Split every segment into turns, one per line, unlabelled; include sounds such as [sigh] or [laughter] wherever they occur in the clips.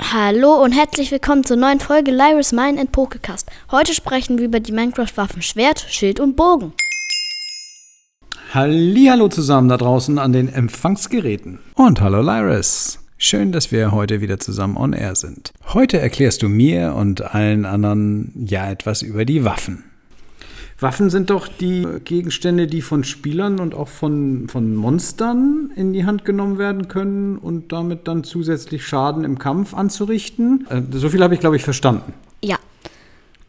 Hallo und herzlich willkommen zur neuen Folge Lyra's Mine and Pokecast. Heute sprechen wir über die Minecraft-Waffen Schwert, Schild und Bogen.
Hallo zusammen da draußen an den Empfangsgeräten. Und hallo Lyris. Schön, dass wir heute wieder zusammen on air sind. Heute erklärst du mir und allen anderen ja etwas über die Waffen. Waffen sind doch die Gegenstände, die von Spielern und auch von, von Monstern in die Hand genommen werden können und damit dann zusätzlich Schaden im Kampf anzurichten. Äh, So viel habe ich, glaube ich, verstanden.
Ja,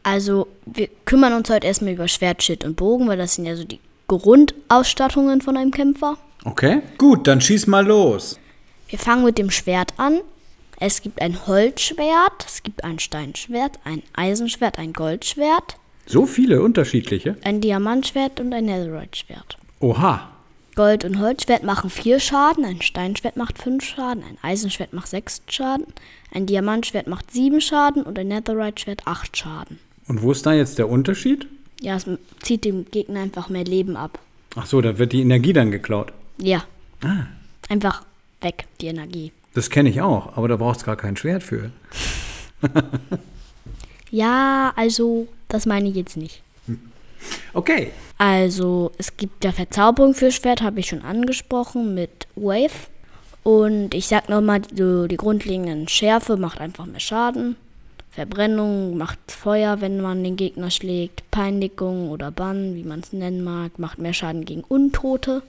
also wir kümmern uns heute erstmal über Schwert, Schild und Bogen, weil das sind ja so die Grundausstattungen von einem Kämpfer.
Okay. Gut, dann schieß mal los.
Wir fangen mit dem Schwert an. Es gibt ein Holzschwert, es gibt ein Steinschwert, ein Eisenschwert, ein Goldschwert,
So viele unterschiedliche.
ein Diamantschwert und ein Netherite-Schwert.
Oha.
Gold- und Holzschwert machen 4 Schaden, ein Steinschwert macht 5 Schaden, ein Eisenschwert macht 6 Schaden, ein Diamantschwert macht 7 Schaden und ein Netherite-Schwert 8 Schaden.
Und wo ist da jetzt der Unterschied?
Ja, es m- zieht dem Gegner einfach mehr Leben ab.
Ach so, da wird die Energie dann geklaut.
Ja. Einfach weg, die Energie.
Das kenne ich auch, aber da brauchst du gar kein Schwert für.
Ja, also, das meine ich jetzt nicht.
Okay.
Also, es gibt ja Verzauberung für Schwert, habe ich schon angesprochen, mit Wave. Und ich sag nochmal, so die grundlegenden Schärfe macht einfach mehr Schaden. Verbrennung macht Feuer, wenn man den Gegner schlägt. Peinigung oder Bann, wie man es nennen mag, macht mehr Schaden gegen Untote.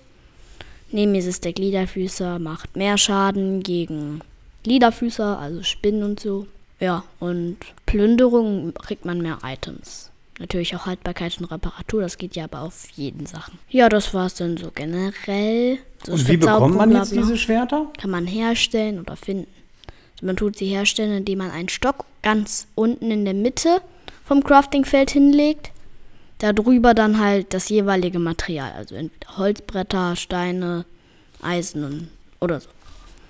Nemesis der Gliederfüßer macht mehr Schaden gegen Gliederfüßer, also Spinnen und so. Ja, und Plünderung kriegt man mehr Items. Natürlich auch Haltbarkeit und Reparatur, das geht ja aber auf jeden Sachen. Ja, das war's dann so generell. So
Und wie bekommt man
Verzauberung,
jetzt
bla, bla
diese Schwerter?
kann man herstellen oder finden. Also man tut sie herstellen, indem man einen Stock ganz unten in der Mitte vom Craftingfeld hinlegt. Darüber dann halt das jeweilige Material, also entweder Holzbretter, Steine, Eisen und oder so.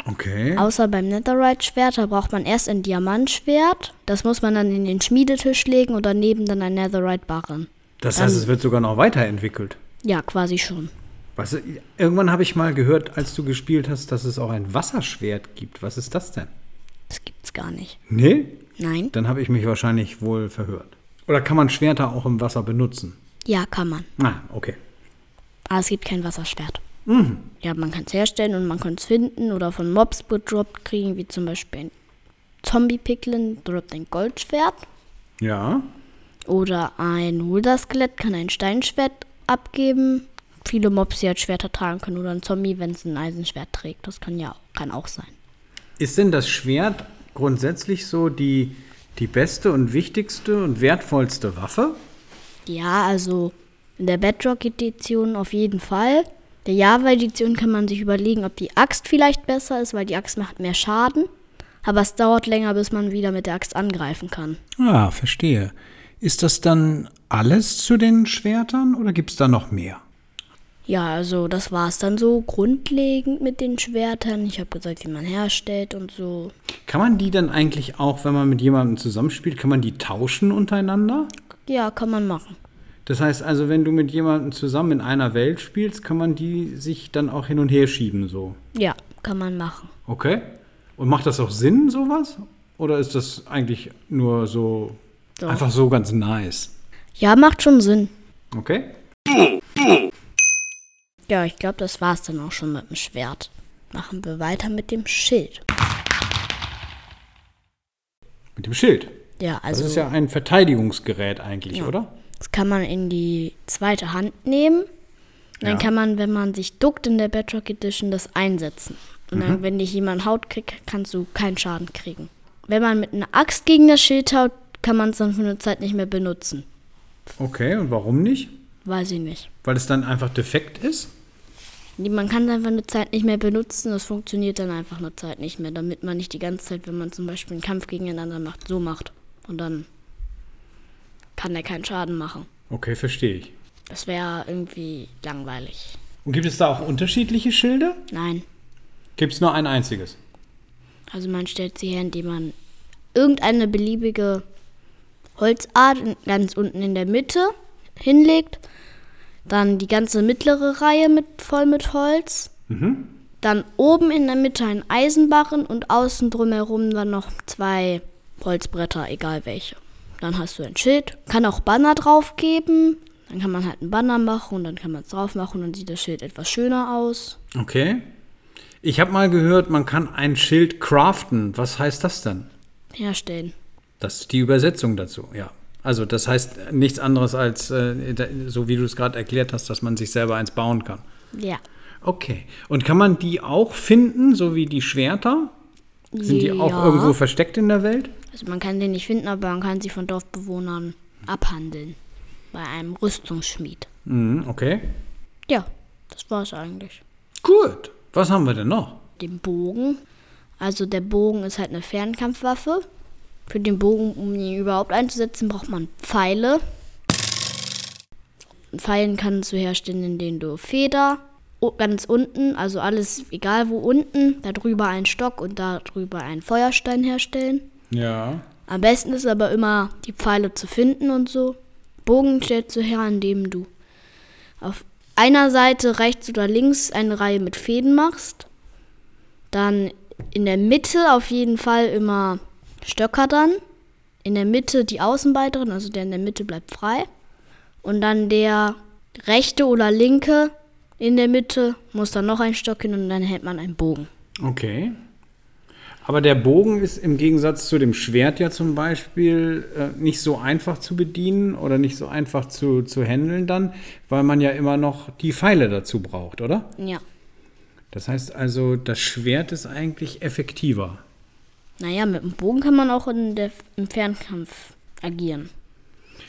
Okay.
Außer beim Netherite-Schwert, da braucht man erst ein Diamantschwert. Das muss man dann in den Schmiedetisch legen und daneben dann ein Netherite-Barren.
Das heißt, es wird sogar noch weiterentwickelt.
Ja, quasi schon.
Was, irgendwann habe ich mal gehört, als du gespielt hast, dass es auch ein Wasserschwert gibt. Was ist das denn?
Das gibt's gar nicht.
Nee?
Nein?
Dann habe ich mich wahrscheinlich wohl verhört. Oder kann man Schwerter auch im Wasser benutzen?
Ja, kann man.
Ah, okay.
Ah, es gibt kein Wasserschwert. Ja, man kann es herstellen und man kann es finden oder von Mobs gedroppt kriegen, wie zum Beispiel ein Zombie-Picklin droppt ein Goldschwert
Ja.
oder ein Wulder-Skelett kann ein Steinschwert abgeben. Viele Mobs, die halt Schwerter tragen können oder ein Zombie, wenn es ein Eisenschwert trägt. Das kann ja kann auch sein.
Ist denn das Schwert grundsätzlich so die, die beste und wichtigste und wertvollste Waffe?
Ja, also in der Bedrock-Edition auf jeden Fall. Der Java-Edition kann man sich überlegen, ob die Axt vielleicht besser ist, weil die Axt macht mehr Schaden. Aber es dauert länger, bis man wieder mit der Axt angreifen kann.
Ah, verstehe. Ist das dann alles zu den Schwertern oder gibt es da noch mehr?
Ja, also das war's dann so grundlegend mit den Schwertern. Ich habe gesagt, wie man herstellt und so.
Kann man die dann eigentlich auch, wenn man mit jemandem zusammenspielt, kann man die tauschen untereinander?
Ja, kann man machen.
Das heißt also, wenn du mit jemandem zusammen in einer Welt spielst, kann man die sich dann auch hin und her schieben so.
Ja, kann man machen.
Okay. Und macht das auch Sinn, sowas? Oder ist das eigentlich nur so
Doch.
einfach so ganz nice?
Ja, macht schon Sinn.
Okay.
Ja, ich glaube, das war's dann auch schon mit dem Schwert. Machen wir weiter mit dem Schild.
Mit dem Schild.
Ja,
Das
also
ist ja ein Verteidigungsgerät eigentlich, oder?
das kann man in die zweite Hand nehmen. Und Dann
Ja.
kann man, wenn man sich duckt in der Bedrock Edition, das einsetzen. Und dann, wenn dich jemand haut kriegt, kannst du keinen Schaden kriegen. Wenn man mit einer Axt gegen das Schild haut, kann man es dann für eine Zeit nicht mehr benutzen.
Okay, und warum nicht?
Weiß ich nicht.
Weil es dann einfach defekt ist?
Man kann es einfach eine Zeit nicht mehr benutzen, das funktioniert dann einfach eine Zeit nicht mehr, damit man nicht die ganze Zeit, wenn man zum Beispiel einen Kampf gegeneinander macht, so macht. Und dann kann der keinen Schaden machen.
Okay, verstehe ich.
Das wäre irgendwie langweilig.
Und gibt es da auch unterschiedliche Schilde?
Nein.
Gibt es nur ein einziges?
Also man stellt sie her, indem man irgendeine beliebige Holzart in- ganz unten in der Mitte
Mhm.
hinlegt, dann die ganze mittlere Reihe mit voll mit Holz, Dann oben in der Mitte ein Eisenbarren und außen drumherum dann noch zwei Holzbretter, egal welche. Dann hast du ein Schild. Kann auch Banner drauf geben. Dann kann man halt einen Banner machen und dann kann man es drauf machen und dann sieht das Schild etwas schöner aus.
Okay. Ich habe mal gehört, man kann ein Schild craften. Was heißt das denn?
Herstellen.
Das ist die Übersetzung dazu, ja. Also das heißt nichts anderes als, äh, da- so wie du es gerade erklärt hast, dass man sich selber eins bauen kann.
Ja.
Okay. Und kann man die auch finden, so wie die Schwerter? Sind die auch
Ja.
irgendwo versteckt in der Welt?
Also man kann den nicht finden, aber man kann sie von Dorfbewohnern abhandeln. Bei einem Rüstungsschmied.
Mhm, okay.
Ja, das war's eigentlich.
Gut. Was haben wir denn noch?
Den Bogen. Also der Bogen ist halt eine Fernkampfwaffe. Für den Bogen, um ihn überhaupt einzusetzen, braucht man Pfeile. Und Pfeilen kannst du herstellen, indem du Feder o- ganz unten, also alles egal wo unten, darüber einen Stock und darüber einen Feuerstein herstellen.
Ja.
Am besten ist aber immer, die Pfeile zu finden und so. Bogen stellst du her, indem du auf einer Seite rechts oder links eine Reihe mit Fäden machst. Dann in der Mitte auf jeden Fall immer Stöcker dann. In der Mitte die Außenbeiterin, also der in der Mitte bleibt frei. Und dann der rechte oder linke in der Mitte muss dann noch ein Stock hin und dann hält man einen Bogen.
Okay. Aber der Bogen ist im Gegensatz zu dem Schwert ja zum Beispiel äh, nicht so einfach zu bedienen oder nicht so einfach zu, zu handeln dann, weil man ja immer noch die Pfeile dazu braucht, oder?
Ja.
Das heißt also, das Schwert ist eigentlich effektiver.
Naja, mit dem Bogen kann man auch in der, im Fernkampf agieren.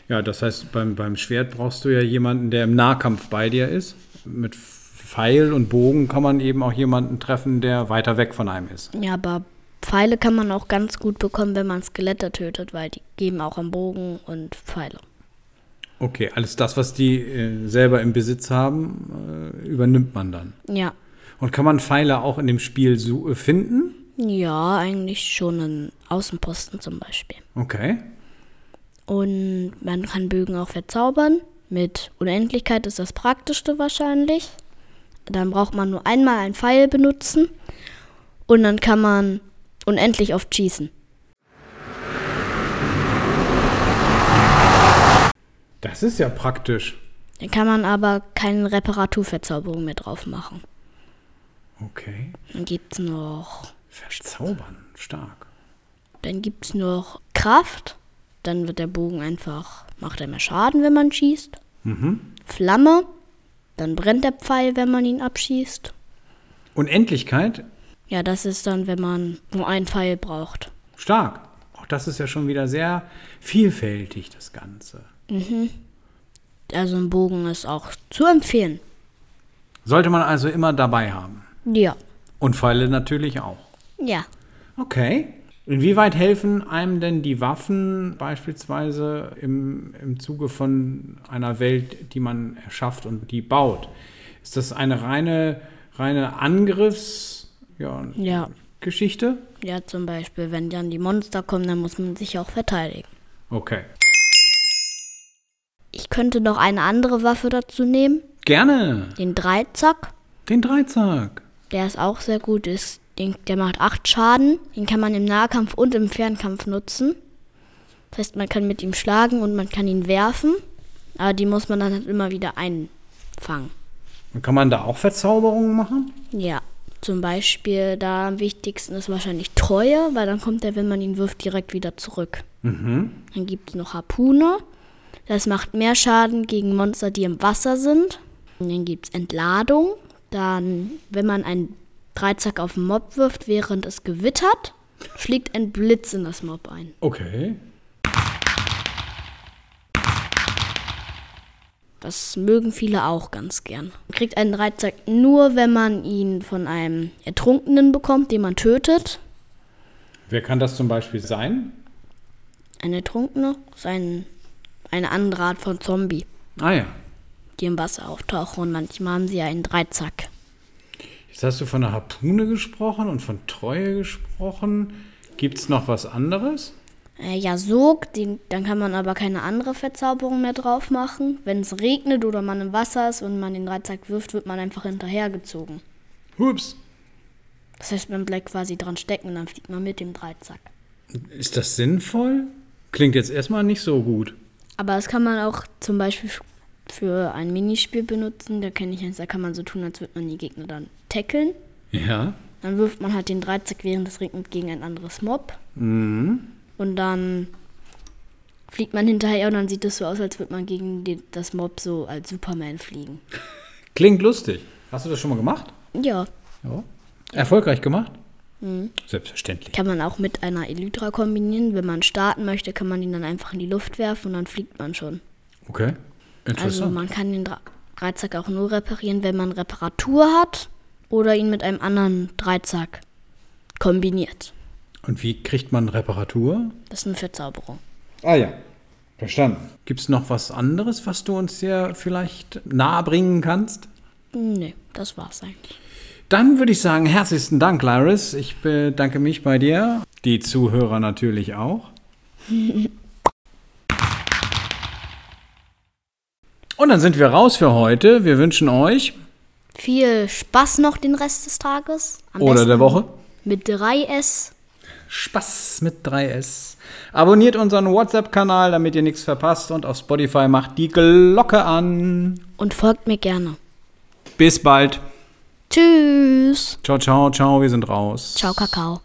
Ja, das heißt, beim, beim Schwert brauchst du ja jemanden, der im Nahkampf bei dir ist. Mit Pfeil und Bogen kann man eben auch jemanden treffen, der weiter weg von einem ist.
Ja, aber Pfeile kann man auch ganz gut bekommen, wenn man Skelette tötet, weil die geben auch am Bogen und Pfeile.
Okay, alles das, was die äh, selber im Besitz haben, äh, übernimmt man dann.
Ja.
Und kann man Pfeile auch in dem Spiel su- äh, finden?
Ja, eigentlich schon in Außenposten zum Beispiel.
Okay.
Und man kann Bögen auch verzaubern. Mit Unendlichkeit ist das Praktischste wahrscheinlich. Dann braucht man nur einmal einen Pfeil benutzen und dann kann man unendlich oft schießen.
Das ist ja praktisch.
Dann kann man aber keine Reparaturverzauberung mehr drauf machen.
Okay.
Dann gibt's noch
Verzaubern. Stark.
Dann gibt es noch Kraft. Dann wird der Bogen einfach, macht er mehr Schaden, wenn man schießt. Flamme. Dann brennt der Pfeil, wenn man ihn abschießt.
Unendlichkeit.
Ja, das ist dann, wenn man nur einen Pfeil braucht.
Stark. Auch das ist ja schon wieder sehr vielfältig, das Ganze.
Also ein Bogen ist auch zu empfehlen.
Sollte man also immer dabei haben.
Ja.
Und Pfeile natürlich auch.
Ja.
Okay. Inwieweit helfen einem denn die Waffen beispielsweise im, im Zuge von einer Welt, die man erschafft und die baut? Ist das eine reine, reine Angriffsgeschichte?
Ja.
Geschichte?
Ja, zum Beispiel, wenn dann die Monster kommen, dann muss man sich auch verteidigen.
okay.
Ich könnte noch eine andere Waffe dazu nehmen.
Gerne.
Den Dreizack.
Den Dreizack.
Der ist auch sehr gut. Ist, den, der macht 8 Schaden. Den kann man im Nahkampf und im Fernkampf nutzen. Das heißt, man kann mit ihm schlagen und man kann ihn werfen. Aber die muss man dann halt immer wieder einfangen.
Und kann man da auch Verzauberungen machen?
Ja. Zum Beispiel, da am wichtigsten ist wahrscheinlich Treue, weil dann kommt er, wenn man ihn wirft, direkt wieder zurück. Dann gibt es noch Harpune. Das macht mehr Schaden gegen Monster, die im Wasser sind. Und dann gibt es Entladung. Dann, wenn man einen Dreizack auf den Mob wirft, während es gewittert, schlägt ein Blitz in das Mob ein.
Okay.
Das mögen viele auch ganz gern. Man kriegt einen Dreizack nur, wenn man ihn von einem Ertrunkenen bekommt, den man tötet.
Wer kann das zum Beispiel sein?
Ein Ertrunkener ist ein, eine andere Art von Zombie,
Ah ja.
die im Wasser auftauchen. Und manchmal haben sie ja einen Dreizack.
Jetzt hast du von der Harpune gesprochen und von Treue gesprochen. Gibt es noch was anderes?
Äh, ja, Sog, den, dann kann man aber keine andere Verzauberung mehr drauf machen. Wenn es regnet oder man im Wasser ist und man den Dreizack wirft, wird man einfach hinterhergezogen.
Hups.
Das heißt, man bleibt quasi dran stecken und dann fliegt man mit dem Dreizack.
Ist das sinnvoll? Klingt jetzt erstmal nicht so gut.
Aber das kann man auch zum Beispiel f- für ein Minispiel benutzen. Da kenne ich eins, da kann man so tun, als würde man die Gegner dann tackeln.
Ja.
Dann wirft man halt den Dreizack während des Regens gegen ein anderes Mob. Und dann fliegt man hinterher und dann sieht es so aus, als würde man gegen den, das Mob so als Superman fliegen.
Klingt lustig. Hast du das schon mal gemacht?
Ja,
Ja. Erfolgreich gemacht? Selbstverständlich.
kann man auch mit einer Elytra kombinieren. Wenn man starten möchte, kann man ihn dann einfach in die Luft werfen und dann fliegt man schon.
Okay.
Also
Interessant.
man kann den Dra- Dreizack auch nur reparieren, wenn man Reparatur hat oder ihn mit einem anderen Dreizack kombiniert.
Und wie kriegt man Reparatur?
Das ist eine Verzauberung.
Ah ja. Verstanden. Gibt es noch was anderes, was du uns hier vielleicht nahe bringen kannst?
Nee, das war's eigentlich.
Dann würde ich sagen, herzlichsten Dank, Lyris. Ich bedanke mich bei dir. Die Zuhörer natürlich [laughs] auch. Und dann sind wir raus für heute. Wir wünschen euch
Viel Spaß noch den Rest des Tages. Am
oder
besten
der Woche
Mit 3S.
Spaß mit 3S. Abonniert unseren WhatsApp-Kanal, damit ihr nichts verpasst. Und auf Spotify macht die Glocke an.
Und folgt mir gerne.
Bis bald.
Tschüss.
Ciao, ciao, ciao. Wir sind raus.
Ciao, Kakao.